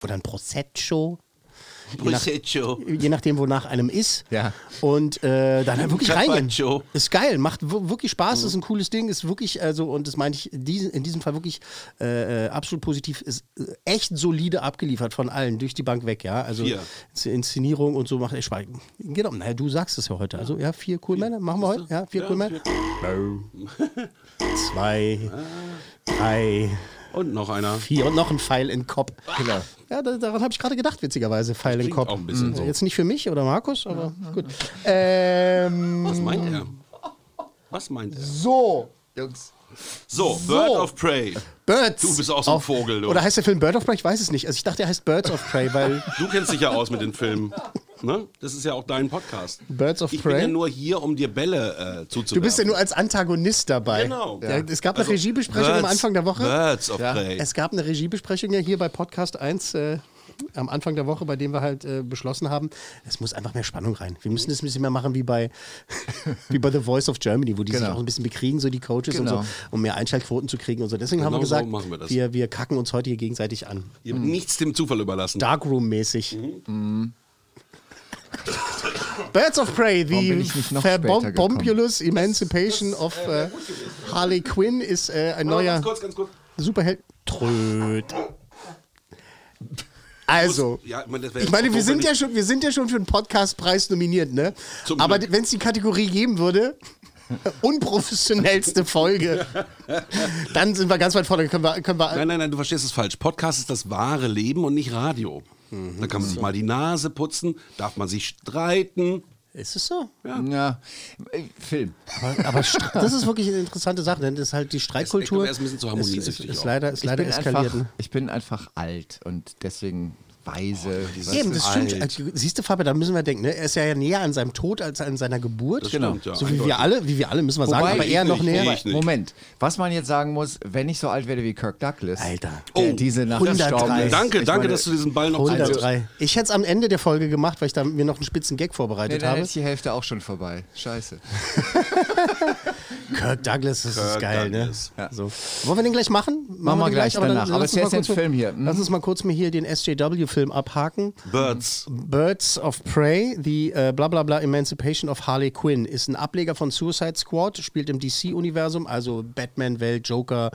[SPEAKER 2] oder ein Prosecco.
[SPEAKER 3] Prosecco.
[SPEAKER 2] je nachdem, wonach einem ist.
[SPEAKER 6] Ja.
[SPEAKER 2] Und äh, dann halt wirklich reingehen.
[SPEAKER 3] Carpaccio.
[SPEAKER 2] Ist geil, macht w- wirklich Spaß, ist ein cooles Ding, ist wirklich, also, und das meine ich diesen, in diesem Fall wirklich äh, äh, absolut positiv, ist äh, echt solide abgeliefert von allen, durch die Bank weg, ja. Also
[SPEAKER 3] Vier.
[SPEAKER 2] Z- Inszenierung und so macht echt Spaß. Genau, naja, du sagst es ja heute. Also, ja, vier cool Männer, machen wir heute. Ja, vier cool Ah. Männer. Zwei, drei,
[SPEAKER 3] Und noch einer.
[SPEAKER 2] vier und noch ein Pfeil in den Kopf. Genau. Ja, da, daran habe ich gerade gedacht, witzigerweise, Pfeil in den
[SPEAKER 3] klingt
[SPEAKER 2] Kopf. Mhm.
[SPEAKER 3] auch ein bisschen so.
[SPEAKER 2] Jetzt nicht für mich oder Markus, aber gut. Ähm,
[SPEAKER 3] Was meint er? Was meint er?
[SPEAKER 2] so.
[SPEAKER 6] Jungs.
[SPEAKER 3] So, Bird of Prey.
[SPEAKER 2] Birds.
[SPEAKER 3] Du bist auch so ein Vogel, du.
[SPEAKER 2] Oder heißt der Film Bird of Prey? Ich weiß es nicht. Also ich dachte, er heißt Birds of Prey, weil
[SPEAKER 3] Du kennst dich ja aus mit den Filmen. Ne? Das ist ja auch dein Podcast.
[SPEAKER 2] Birds of
[SPEAKER 3] ich
[SPEAKER 2] Prey?
[SPEAKER 3] bin ja nur hier, um dir Bälle äh, zuzuwerfen.
[SPEAKER 2] du bist ja nur als Antagonist dabei.
[SPEAKER 3] Genau.
[SPEAKER 2] Ja. Es gab eine
[SPEAKER 3] Also, oh
[SPEAKER 2] Regiebesprechung am
[SPEAKER 3] Birds-
[SPEAKER 2] Anfang der Woche.
[SPEAKER 3] Birds of Prey.
[SPEAKER 2] Es gab eine Regiebesprechung ja hier bei Podcast 1. Äh, am Anfang der Woche, bei dem wir halt äh, beschlossen haben, es muss einfach mehr Spannung rein. Wir müssen es ein bisschen mehr machen wie bei, wie bei The Voice of Germany, wo die sich
[SPEAKER 6] Genau.
[SPEAKER 2] auch ein bisschen bekriegen, so die Coaches
[SPEAKER 6] Genau.
[SPEAKER 2] und so, um mehr Einschaltquoten zu kriegen und so. Deswegen haben
[SPEAKER 3] Genau
[SPEAKER 2] wir
[SPEAKER 3] so
[SPEAKER 2] gesagt,
[SPEAKER 3] machen wir das.
[SPEAKER 2] Wir, wir kacken uns heute hier gegenseitig an.
[SPEAKER 3] Ihr habt nichts dem Zufall überlassen.
[SPEAKER 2] Darkroom-mäßig.
[SPEAKER 3] Mhm.
[SPEAKER 2] Birds of Prey,
[SPEAKER 6] Warum bin
[SPEAKER 2] The
[SPEAKER 6] ich nicht noch später gekommen?
[SPEAKER 2] Bombulous Emancipation of äh, Harley Quinn ist äh, ein
[SPEAKER 3] Aber
[SPEAKER 2] neuer
[SPEAKER 3] Ganz kurz, ganz kurz.
[SPEAKER 2] Superheld. Tröd. Also,
[SPEAKER 3] Ja, ich meine, das wär
[SPEAKER 2] ich
[SPEAKER 3] jetzt
[SPEAKER 2] meine,
[SPEAKER 3] auch
[SPEAKER 2] wir
[SPEAKER 3] doof,
[SPEAKER 2] sind
[SPEAKER 3] wenn
[SPEAKER 2] ja
[SPEAKER 3] ich-
[SPEAKER 2] schon, wir sind ja schon für einen Podcastpreis nominiert, ne?
[SPEAKER 3] Zum
[SPEAKER 2] Aber
[SPEAKER 3] Glück.
[SPEAKER 2] wenn es die Kategorie geben würde, unprofessionellste Folge, dann sind wir ganz weit vorne. Können wir, können wir
[SPEAKER 3] Nein, nein, nein, du verstehst es falsch. Podcast ist das wahre Leben und nicht Radio.
[SPEAKER 2] Mhm.
[SPEAKER 3] Da kann man sich mal die Nase putzen, darf man sich streiten.
[SPEAKER 2] Ist es so?
[SPEAKER 6] Ja, äh, Film.
[SPEAKER 2] Aber Stra- das ist wirklich eine interessante Sache, denn das ist halt die Streitkultur.
[SPEAKER 3] ich glaub, er ist ein bisschen zu harmoniesüchtig
[SPEAKER 2] Ist, ist, ist
[SPEAKER 3] auch.
[SPEAKER 2] leider, ist
[SPEAKER 6] Ich
[SPEAKER 2] leider
[SPEAKER 6] bin,
[SPEAKER 2] eskaliert.
[SPEAKER 6] einfach,
[SPEAKER 2] ne?
[SPEAKER 6] ich bin einfach alt und deswegen weise. Was
[SPEAKER 2] Eben,
[SPEAKER 6] ist
[SPEAKER 2] das stimmt.
[SPEAKER 6] alt?
[SPEAKER 2] Also, siehst du, Fabian, da müssen wir denken. Ne? Er ist ja näher an seinem Tod als an seiner Geburt.
[SPEAKER 3] Das Genau. stimmt, ja,
[SPEAKER 2] so wie
[SPEAKER 3] eindeutig.
[SPEAKER 2] wir alle, wie wir alle, müssen wir sagen,
[SPEAKER 6] Wobei,
[SPEAKER 2] aber
[SPEAKER 6] ich
[SPEAKER 2] er noch
[SPEAKER 3] nicht,
[SPEAKER 2] näher.
[SPEAKER 3] ich nicht.
[SPEAKER 6] Moment, was man jetzt sagen muss, wenn ich so alt werde wie Kirk Douglas,
[SPEAKER 2] Alter.
[SPEAKER 6] der
[SPEAKER 3] Oh,
[SPEAKER 6] diese Nacht
[SPEAKER 2] 103.
[SPEAKER 6] gestorben Genau, ist.
[SPEAKER 3] Danke,
[SPEAKER 6] ich
[SPEAKER 3] danke,
[SPEAKER 6] meine,
[SPEAKER 3] dass du diesen Ball noch zuwirfst.
[SPEAKER 2] 103. Ich hätte es am Ende der Folge gemacht, weil ich da mir noch einen spitzen Gag
[SPEAKER 6] Nee,
[SPEAKER 2] vorbereitet
[SPEAKER 6] dann
[SPEAKER 2] habe.
[SPEAKER 6] ist die Hälfte auch schon vorbei. Scheiße.
[SPEAKER 2] Kirk Douglas, das ist
[SPEAKER 3] Kirk
[SPEAKER 2] geil,
[SPEAKER 3] Douglas.
[SPEAKER 2] ne? So. Wollen wir den gleich machen? Machen,
[SPEAKER 6] wir
[SPEAKER 2] den
[SPEAKER 6] gleich
[SPEAKER 2] dann
[SPEAKER 6] danach. Aber
[SPEAKER 2] lass
[SPEAKER 6] zuerst
[SPEAKER 2] uns
[SPEAKER 6] den
[SPEAKER 2] mal kurz-
[SPEAKER 6] Film hier. Mhm.
[SPEAKER 2] Lass uns mal kurz mir hier den SJW-Film abhaken.
[SPEAKER 3] Birds.
[SPEAKER 2] Birds of Prey, The äh, bla bla bla Emancipation of Harley Quinn, ist ein Ableger von Suicide Squad, spielt im DC-Universum, also Batman-Welt, Joker,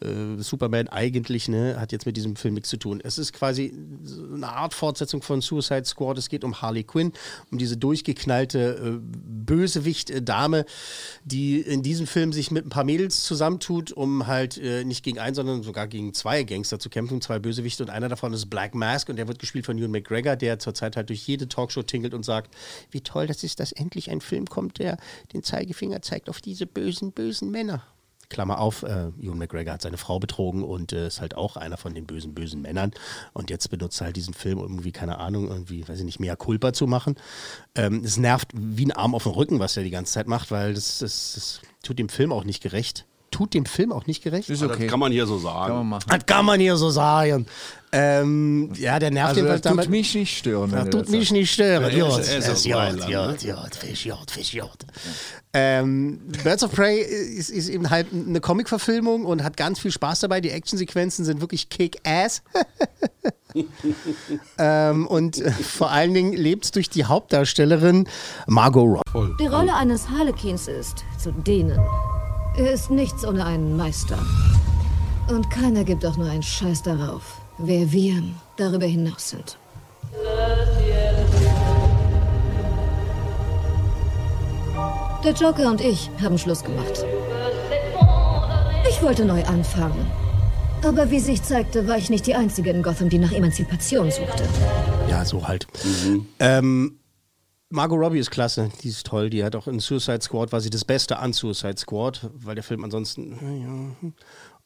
[SPEAKER 2] äh, Superman eigentlich, ne, hat jetzt mit diesem Film nichts zu tun. Es ist quasi so eine Art Fortsetzung von Suicide Squad. Es geht um Harley Quinn, um diese durchgeknallte äh, Bösewicht-Dame, die in diesem Film sich mit ein paar Mädels zusammentut, um halt äh, nicht gegen einen, sondern sogar gegen zwei Gangster zu kämpfen, zwei Bösewichte und einer davon ist Black Mask und der wird gespielt von Ewan McGregor, der zurzeit halt durch jede Talkshow tingelt und sagt, wie toll das ist, dass endlich ein Film kommt, der den Zeigefinger zeigt auf diese bösen, bösen Männer. Klammer auf, äh, Ewan McGregor hat seine Frau betrogen und äh, ist halt auch einer von den bösen, bösen Männern. Und jetzt benutzt er halt diesen Film, um irgendwie, keine Ahnung, irgendwie, weiß ich nicht, mehr Culpa zu machen. Ähm, es nervt wie ein Arm auf dem Rücken, was er die ganze Zeit macht, weil das, das, das tut dem Film auch nicht gerecht. Tut dem Film auch nicht gerecht?
[SPEAKER 6] Ist
[SPEAKER 3] Das
[SPEAKER 6] okay.
[SPEAKER 3] kann man hier so sagen.
[SPEAKER 6] Kann man machen.
[SPEAKER 2] Das kann man hier so sagen. Ähm, ja, der nervt
[SPEAKER 6] Also,
[SPEAKER 2] jedenfalls
[SPEAKER 6] das tut
[SPEAKER 2] damit.
[SPEAKER 6] mich nicht stören. wenn
[SPEAKER 2] Das
[SPEAKER 6] du
[SPEAKER 2] tut
[SPEAKER 6] das
[SPEAKER 2] mich
[SPEAKER 6] sagst.
[SPEAKER 2] nicht stören.
[SPEAKER 3] Ja,
[SPEAKER 2] Jod,
[SPEAKER 3] er ist- er ist aus
[SPEAKER 2] Jod,
[SPEAKER 3] Rheinland, ne?
[SPEAKER 2] Jod, Jod, Fisch, Jod, Fisch, Jod. Ähm, Birds of Prey ist, ist eben halt eine Comic-Verfilmung und hat ganz viel Spaß dabei. Die Actionsequenzen sind wirklich kick-ass. ähm, und äh, vor allen Dingen lebt es durch die Hauptdarstellerin Margot Robbie.
[SPEAKER 10] Die Rolle eines Harlekins ist zu dienen. Er ist nichts ohne einen Meister. Und keiner gibt auch nur einen Scheiß darauf, wer wir darüber hinaus sind. Der Joker und ich haben Schluss gemacht. Ich wollte neu anfangen. Aber wie sich zeigte, war ich nicht die Einzige in Gotham, die nach Emanzipation suchte.
[SPEAKER 2] Ja, so halt. Ähm, Margot Robbie ist klasse, die ist toll. Die hat auch in Suicide Squad, war sie das Beste an Suicide Squad, weil der Film ansonsten. Ja. hm.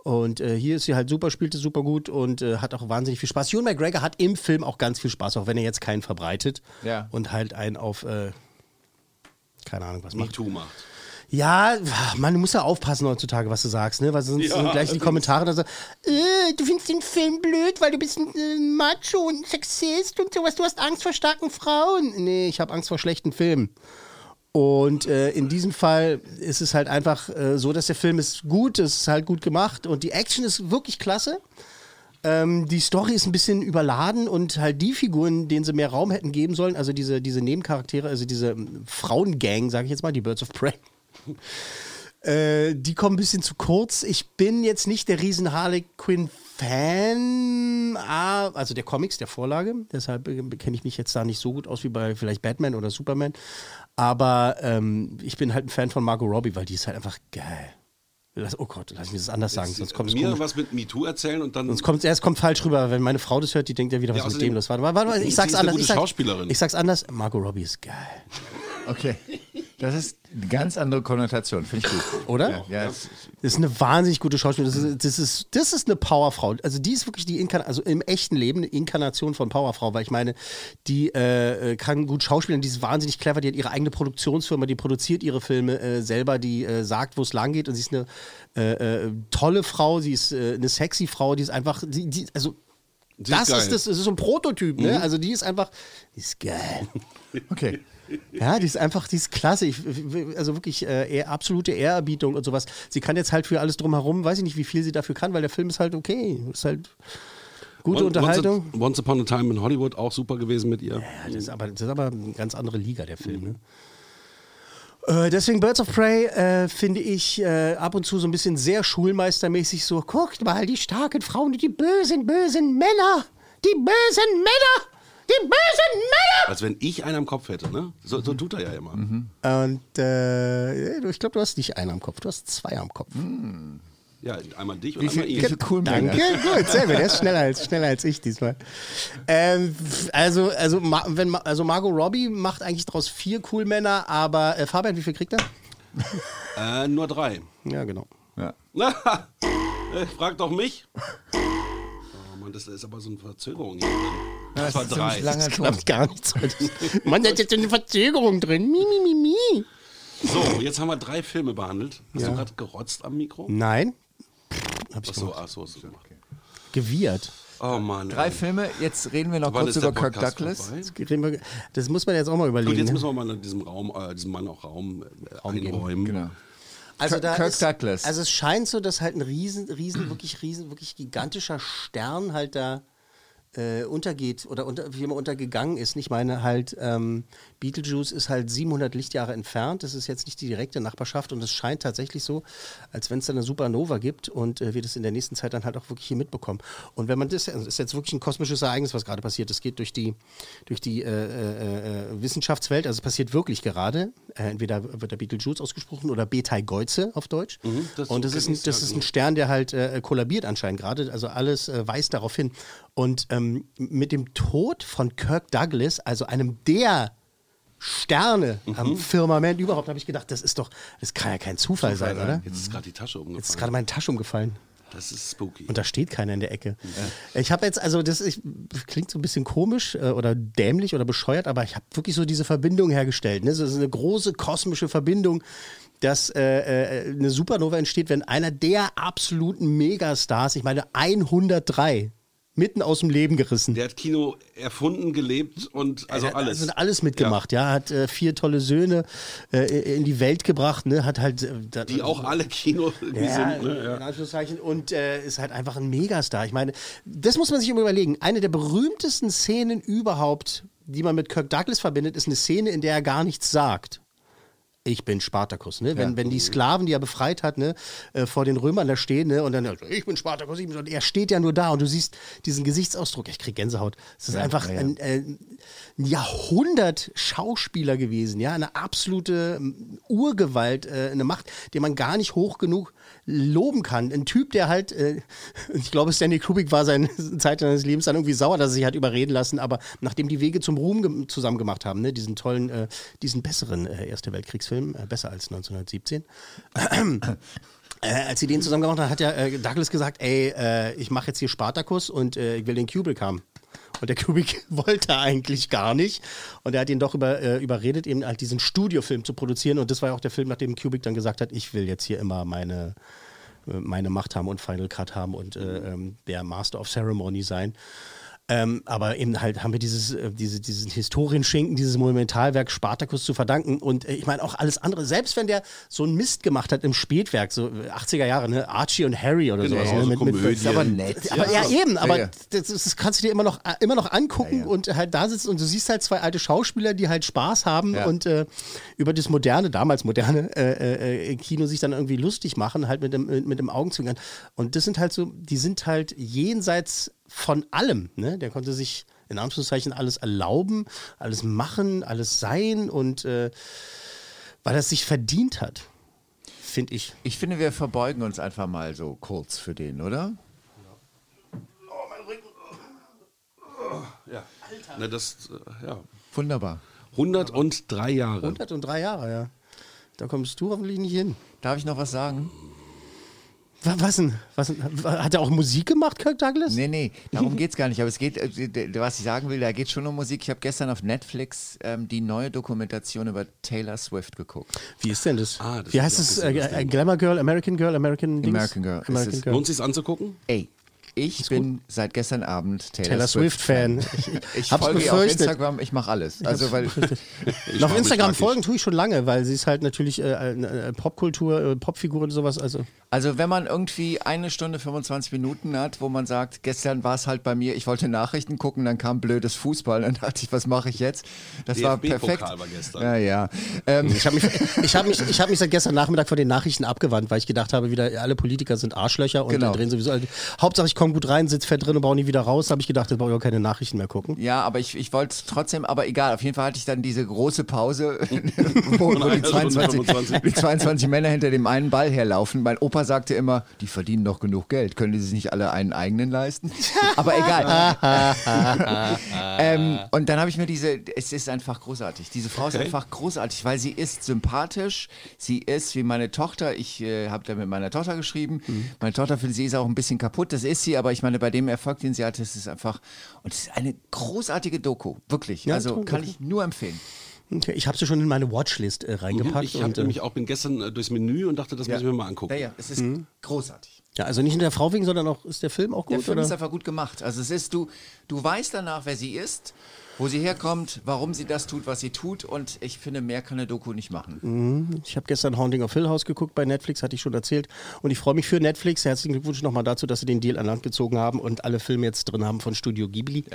[SPEAKER 2] Und äh, hier ist sie halt super, spielte super gut und äh, hat auch wahnsinnig viel Spaß. Ewan McGregor hat im Film auch ganz viel Spaß, auch wenn er jetzt keinen verbreitet.
[SPEAKER 6] Ja.
[SPEAKER 2] Und halt einen auf, äh, keine Ahnung, was macht.
[SPEAKER 3] MeToo macht.
[SPEAKER 2] Ja, man, du musst ja aufpassen heutzutage, was du sagst, ne? Weil sonst
[SPEAKER 3] Ja,
[SPEAKER 2] sind gleich die
[SPEAKER 3] allerdings.
[SPEAKER 2] Kommentare da so, äh, du findest den Film blöd, weil du bist ein äh, Macho und Sexist und sowas, du hast Angst vor starken Frauen. Nee, ich habe Angst vor schlechten Filmen. Und äh, in diesem Fall ist es halt einfach äh, so, dass der Film ist gut, es ist halt gut gemacht und die Action ist wirklich klasse. Ähm, die Story ist ein bisschen überladen und halt die Figuren, denen sie mehr Raum hätten geben sollen, also diese, diese Nebencharaktere, also diese ähm, Frauengang, sage ich jetzt mal, die Birds of Prey, äh, die kommen ein bisschen zu kurz. Ich bin jetzt nicht der riesen Harley Quinn Fan, ah, also der Comics, der Vorlage. Deshalb äh, kenne ich mich jetzt da nicht so gut aus wie bei vielleicht Batman oder Superman. Aber ähm, ich bin halt ein Fan von Margot Robbie, weil die ist halt einfach geil. Lass, oh Gott, lass mich das anders sagen, sonst kommt es
[SPEAKER 3] Mir
[SPEAKER 2] komisch.
[SPEAKER 3] äh, was mit MeToo erzählen und dann.
[SPEAKER 2] Sonst kommt es kommt falsch rüber, wenn meine Frau das hört, die denkt ja wieder, was
[SPEAKER 3] Ja,
[SPEAKER 2] ist mit
[SPEAKER 3] außerdem-
[SPEAKER 2] dem los? Warte mal, warte mal, ich
[SPEAKER 3] Sie
[SPEAKER 2] sag's
[SPEAKER 3] ist eine
[SPEAKER 2] anders.
[SPEAKER 3] gute
[SPEAKER 2] Ich sag's,
[SPEAKER 3] Schauspielerin.
[SPEAKER 2] ich sag's anders, Margot Robbie ist geil.
[SPEAKER 6] Okay. Das ist eine ganz andere Konnotation, finde ich gut.
[SPEAKER 2] Oder?
[SPEAKER 6] Ja, es-
[SPEAKER 2] Das ist eine wahnsinnig gute Schauspielerin. Das ist, das ist, das ist eine Powerfrau. Also die ist wirklich die Inkarnation, also im echten Leben eine Inkarnation von Powerfrau, weil ich meine, die äh, äh, kann gut schauspielen, die ist wahnsinnig clever, die hat ihre eigene Produktionsfirma, die produziert ihre Filme äh, selber, die äh, sagt, wo es lang geht und sie ist eine äh, äh, tolle Frau, sie ist äh, eine sexy Frau, die ist einfach, die, die, also
[SPEAKER 3] Sie ist
[SPEAKER 2] das
[SPEAKER 3] geil.
[SPEAKER 2] ist das, das ist so ein Prototyp, ne?
[SPEAKER 3] Mhm.
[SPEAKER 2] Also die ist einfach, die ist geil.
[SPEAKER 6] Okay.
[SPEAKER 2] Ja, die ist einfach, die ist klasse. Ich, also wirklich äh, eher absolute Ehrerbietung und sowas. Sie kann jetzt halt für alles drumherum, weiß ich nicht, wie viel sie dafür kann, weil der Film ist halt okay. Ist halt gute
[SPEAKER 3] Once-
[SPEAKER 2] Unterhaltung.
[SPEAKER 3] Once, once Upon a Time in Hollywood auch super gewesen mit ihr.
[SPEAKER 2] Ja, Ah, das, ist aber, das ist aber eine ganz andere Liga, der Film. Ne? Äh, deswegen Birds of Prey äh, finde ich äh, ab und zu so ein bisschen sehr schulmeistermäßig so, guckt mal, die starken Frauen, und die bösen, bösen Männer, die bösen Männer, die bösen Männer.
[SPEAKER 3] Als wenn ich einen am Kopf hätte, ne? So, so tut er ja immer.
[SPEAKER 2] Mhm. Und äh, ich glaube, du hast nicht einen am Kopf, du hast zwei am Kopf.
[SPEAKER 3] Ja, einmal dich und
[SPEAKER 6] Wie viel-
[SPEAKER 3] einmal
[SPEAKER 6] wie
[SPEAKER 3] ihn.
[SPEAKER 6] viel cool
[SPEAKER 2] Danke, gut, sehr gut. Er ist schneller als, schneller als ich diesmal. Ähm, also, also, Ma wenn Ma also Margot Robbie macht eigentlich daraus vier cool Männer, aber äh, Fabian, wie viel kriegt er?
[SPEAKER 3] Äh, nur drei.
[SPEAKER 2] Ja, genau.
[SPEAKER 6] Ja.
[SPEAKER 3] Äh, Frag doch mich. Oh Mann, das ist aber so eine Verzögerung hier. drin. Das war
[SPEAKER 6] ist ziemlich
[SPEAKER 3] drei.
[SPEAKER 6] lange
[SPEAKER 2] Das klappt gar nichts. Mann, da ist jetzt eine Verzögerung drin. Mi, mi, mi, mi.
[SPEAKER 3] So, jetzt haben wir drei Filme behandelt. Hast du gerade gerotzt am Mikro?
[SPEAKER 2] Nein, hab ich
[SPEAKER 3] Achso,
[SPEAKER 2] so.
[SPEAKER 3] achso, hast du gemacht.
[SPEAKER 2] gewirrt.
[SPEAKER 3] Oh Mann.
[SPEAKER 6] Drei
[SPEAKER 3] ey.
[SPEAKER 6] Filme, jetzt reden wir noch
[SPEAKER 3] Wann
[SPEAKER 6] kurz
[SPEAKER 3] ist der
[SPEAKER 6] über Kirk
[SPEAKER 3] Podcast
[SPEAKER 6] Douglas.
[SPEAKER 3] vorbei?
[SPEAKER 2] Reden wir- Das muss man jetzt auch mal
[SPEAKER 3] Gut,
[SPEAKER 2] überlegen.
[SPEAKER 3] jetzt müssen
[SPEAKER 2] Ne?
[SPEAKER 3] wir mal diesem Raum, äh, diesem Mann auch Raum, äh, einräumen.
[SPEAKER 6] Genau.
[SPEAKER 2] Also
[SPEAKER 6] Kirk-
[SPEAKER 2] da
[SPEAKER 6] Kirk
[SPEAKER 2] ist,
[SPEAKER 6] Douglas.
[SPEAKER 2] Also es scheint so, dass halt ein riesen, riesen, wirklich riesen, wirklich gigantischer Stern halt da äh, untergeht oder unter, wie immer untergegangen ist. Ich meine halt, ähm, Beetlejuice ist halt 700 Lichtjahre entfernt. Das ist jetzt nicht die direkte Nachbarschaft und es scheint tatsächlich so, als wenn es da eine Supernova gibt und äh, wir das in der nächsten Zeit dann halt auch wirklich hier mitbekommen. Und wenn man das, also das ist jetzt wirklich ein kosmisches Ereignis, was gerade passiert. Es geht durch die, durch die äh, äh, äh, Wissenschaftswelt. Also es passiert wirklich gerade. Äh, entweder wird der Beetlejuice ausgesprochen oder Betai Geuze auf Deutsch.
[SPEAKER 3] das
[SPEAKER 2] und das
[SPEAKER 3] kenn
[SPEAKER 2] ist, ein,
[SPEAKER 3] ich,
[SPEAKER 2] das
[SPEAKER 3] ja,
[SPEAKER 2] ist
[SPEAKER 3] genau.
[SPEAKER 2] ein Stern, der halt äh, kollabiert anscheinend gerade. Also alles äh, weist darauf hin. Und ähm, mit dem Tod von Kirk Douglas, also einem der Sterne am Firmament überhaupt, habe ich gedacht, das ist doch, das kann ja kein Zufall, sein, oder?
[SPEAKER 3] Jetzt ist gerade die Tasche umgefallen.
[SPEAKER 2] Jetzt ist gerade meine Tasche umgefallen.
[SPEAKER 3] das ist spooky.
[SPEAKER 2] Und da steht keiner in der Ecke. Ich habe jetzt, also das ich, klingt so ein bisschen komisch äh, oder dämlich oder bescheuert, aber ich habe wirklich so diese Verbindung hergestellt. Ne? Das ist eine große kosmische Verbindung, dass äh, äh, eine Supernova entsteht, wenn einer der absoluten Megastars, ich meine 103, mitten aus dem Leben gerissen.
[SPEAKER 3] Der hat Kino erfunden, gelebt und also
[SPEAKER 2] Er hat
[SPEAKER 3] alles.
[SPEAKER 2] Also alles mitgemacht, ja. Hat äh, vier tolle Söhne äh, in die Welt gebracht, ne? Hat halt. Äh, da-
[SPEAKER 3] Die auch alle Kino irgendwie
[SPEAKER 2] ja,
[SPEAKER 3] sind. Ne? Ja.
[SPEAKER 2] in Anführungszeichen. Und äh, ist halt einfach ein Megastar. Ich meine, das muss man sich immer überlegen. Eine der berühmtesten Szenen überhaupt, die man mit Kirk Douglas verbindet, ist eine Szene, in der er gar nichts sagt. Ich bin Spartacus, ne? Wenn, wenn die Sklaven, die er befreit hat, ne, äh, vor den Römern da stehen, ne, und dann, also, ich bin Spartacus, ich bin, und er steht ja nur da und du siehst diesen Gesichtsausdruck, ich krieg Gänsehaut. Es ist einfach Ein, äh, ein Jahrhundert-Schauspieler gewesen, ja, eine absolute ähm, Urgewalt, äh, eine Macht, die man gar nicht hoch genug loben kann. Ein Typ, der halt, äh, ich glaube, Stanley Kubrick war seine Zeit seines Lebens dann irgendwie sauer, dass er sich hat überreden lassen, aber nachdem die Wege zum Ruhm ge- zusammen gemacht haben, ne, diesen tollen, äh, diesen besseren äh, Erste Weltkriegsfilm, äh, besser als 1917, äh, als sie den zusammen gemacht haben, hat ja äh, Douglas gesagt, ey, äh, ich mache jetzt hier Spartacus und äh, ich will den Kubrick haben. Und der Kubrick wollte eigentlich gar nicht. Und er hat ihn doch über, äh, überredet, eben halt diesen Studiofilm zu produzieren. Und das war ja auch der Film, nachdem Kubrick dann gesagt hat, ich will jetzt hier immer meine, äh, meine Macht haben und Final Cut haben und
[SPEAKER 3] Mhm.
[SPEAKER 2] äh, ähm, der Master of Ceremony sein. Ähm, aber eben halt haben wir dieses, äh, diese, diesen Historienschinken, dieses Monumentalwerk Spartacus zu verdanken. Und äh, ich meine auch alles andere, selbst wenn der so einen Mist gemacht hat im Spätwerk, so äh, 80er Jahre, ne? Archie und Harry oder
[SPEAKER 3] Genau,
[SPEAKER 2] sowas.
[SPEAKER 3] so
[SPEAKER 2] ne?
[SPEAKER 3] Komödien.
[SPEAKER 6] ist aber nett.
[SPEAKER 2] aber ja, eben, aber
[SPEAKER 6] Ja, ja.
[SPEAKER 2] Das, ist- das kannst du dir immer noch, äh, immer noch angucken
[SPEAKER 6] Ja, ja.
[SPEAKER 2] und halt da sitzt und du siehst halt zwei alte Schauspieler, die halt Spaß haben
[SPEAKER 6] Ja.
[SPEAKER 2] und äh, über das moderne, damals moderne äh, äh, äh, Kino sich dann irgendwie lustig machen, halt mit dem, mit, mit dem Augenzwinkern. Und das sind halt so, die sind halt jenseits von allem. Ne? Der konnte sich in Anführungszeichen alles erlauben, alles machen, alles sein und äh, weil er es sich verdient hat, finde ich.
[SPEAKER 6] Ich finde, wir verbeugen uns einfach mal so kurz für den, oder?
[SPEAKER 3] Ja. Na, das, äh, ja.
[SPEAKER 6] Wunderbar.
[SPEAKER 3] 103 Jahre.
[SPEAKER 2] 103 Jahre, ja. Da kommst du hoffentlich nicht hin.
[SPEAKER 6] Darf ich noch was sagen?
[SPEAKER 2] Wa- Was denn? Was denn? Hat er auch Musik gemacht, Kirk Douglas?
[SPEAKER 6] Nee, nee, darum geht's gar nicht. Aber es geht, äh, d- d- was ich sagen will, da geht schon um Musik. Ich habe gestern auf Netflix ähm, die neue Dokumentation über Taylor Swift geguckt.
[SPEAKER 2] Wie ist denn das?
[SPEAKER 3] Ah, das
[SPEAKER 2] Wie
[SPEAKER 3] hab
[SPEAKER 2] heißt
[SPEAKER 3] ich auch
[SPEAKER 2] es?
[SPEAKER 3] gesehen, das
[SPEAKER 2] Äh,
[SPEAKER 3] Ding.
[SPEAKER 2] Glamour Girl, American Girl, American Dings?
[SPEAKER 6] American Girl. Es
[SPEAKER 2] American
[SPEAKER 6] ist-
[SPEAKER 2] Girl.
[SPEAKER 3] Lohnt sich's anzugucken?
[SPEAKER 6] Ey, Ich bin seit gestern Abend Taylor,
[SPEAKER 2] Taylor
[SPEAKER 6] Swift-Fan.
[SPEAKER 2] Swift Fan.
[SPEAKER 6] Ich, ich
[SPEAKER 2] Hab's
[SPEAKER 6] folge ihr auf
[SPEAKER 2] befürchtet.
[SPEAKER 6] Instagram, ich mache alles. Also, weil,
[SPEAKER 2] Und auf Instagram folgen tue ich schon lange, weil sie ist halt natürlich äh, eine eine Popkultur, äh, Popfigur und sowas. Also
[SPEAKER 6] Also wenn man irgendwie eine Stunde 25 Minuten hat, wo man sagt, gestern war es halt bei mir, ich wollte Nachrichten gucken, dann kam blödes Fußball, dann dachte ich, was mache ich jetzt? Das war
[SPEAKER 3] DFB-Pokal
[SPEAKER 6] perfekt.
[SPEAKER 3] war gestern.
[SPEAKER 6] Ja, ja. Ähm,
[SPEAKER 2] ich habe mich, ich hab mich, ich hab mich seit gestern Nachmittag von den Nachrichten abgewandt, weil ich gedacht habe, wieder alle Politiker sind Arschlöcher und
[SPEAKER 6] Genau.
[SPEAKER 2] drehen sowieso. alle- Hauptsache ich komme gut rein, sitze fett drin und baue nie wieder raus. habe ich gedacht, jetzt brauche ich auch keine Nachrichten mehr gucken.
[SPEAKER 6] ja, aber ich, ich wollte es trotzdem, aber egal, auf jeden Fall hatte ich dann diese große Pause, wo, wo die,
[SPEAKER 3] einer Stunde
[SPEAKER 6] 22,
[SPEAKER 3] 25.
[SPEAKER 6] die 22 Männer hinter dem einen Ball herlaufen. Mein Opa sagte immer, die verdienen doch genug Geld, können die sich nicht alle einen eigenen leisten? Aber Äh. egal. ähm, und dann habe ich mir diese, es ist einfach großartig. Diese Frau ist
[SPEAKER 3] Okay.
[SPEAKER 6] einfach großartig, weil sie ist sympathisch, sie ist wie meine Tochter. Ich äh, habe da mit meiner Tochter geschrieben. Meine Tochter, für sie ist auch ein bisschen kaputt, das ist sie, aber ich meine, bei dem Erfolg, den sie hat, das ist einfach, und es ist eine großartige Doku, wirklich.
[SPEAKER 2] Ja,
[SPEAKER 6] also
[SPEAKER 2] toll.
[SPEAKER 6] kann ich nur empfehlen.
[SPEAKER 2] Okay, ich habe sie schon in meine Watchlist äh,
[SPEAKER 6] Mhm,
[SPEAKER 2] reingepackt.
[SPEAKER 3] Ich hab
[SPEAKER 2] und, äh,
[SPEAKER 3] nämlich auch, bin gestern äh, durchs Menü und dachte, das muss ich mir mal angucken.
[SPEAKER 6] Ja, ja, es ist großartig.
[SPEAKER 2] ja, also nicht nur der Frau wegen, sondern auch ist der Film auch gut.
[SPEAKER 6] Der Film
[SPEAKER 2] oder?
[SPEAKER 6] ist einfach gut gemacht. Also es ist, du, du weißt danach, wer sie ist, wo sie herkommt, warum sie das tut, was sie tut und ich finde, mehr kann eine Doku nicht machen.
[SPEAKER 2] Mhm. Ich habe gestern Haunting of Hill House geguckt bei Netflix, hatte ich schon erzählt. Und ich freue mich für Netflix. Herzlichen Glückwunsch nochmal dazu, dass sie den Deal an Land gezogen haben und alle Filme jetzt drin haben von Studio Ghibli,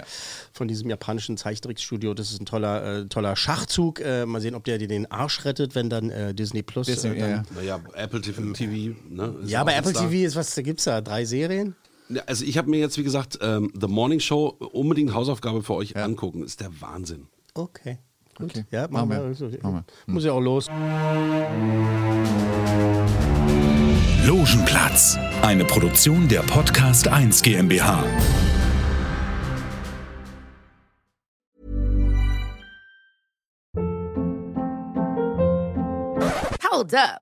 [SPEAKER 2] von diesem japanischen Zeichentrickstudio. Das ist ein toller, äh, toller Schachzug. Äh, mal sehen, ob der dir den Arsch rettet, wenn dann äh, Disney Plus.
[SPEAKER 6] Disney,
[SPEAKER 2] äh, dann,
[SPEAKER 6] ja.
[SPEAKER 3] Naja, Apple TV, TV ne? ist
[SPEAKER 2] ja,
[SPEAKER 3] auch
[SPEAKER 2] bei
[SPEAKER 3] ein
[SPEAKER 2] Apple
[SPEAKER 3] Star.
[SPEAKER 2] TV ist was, da gibt's da drei Serien.
[SPEAKER 3] Ja, Also ich habe mir jetzt, wie gesagt, ähm, The Morning Show unbedingt Hausaufgabe für euch angucken. Ist der Wahnsinn.
[SPEAKER 2] Okay. Gut.
[SPEAKER 6] Okay.
[SPEAKER 2] Ja, machen wir. Also,
[SPEAKER 6] Machen wir. Machen
[SPEAKER 2] Muss ja auch los.
[SPEAKER 1] Logenplatz. Eine Produktion der Podcast 1 GmbH.
[SPEAKER 11] Hold up.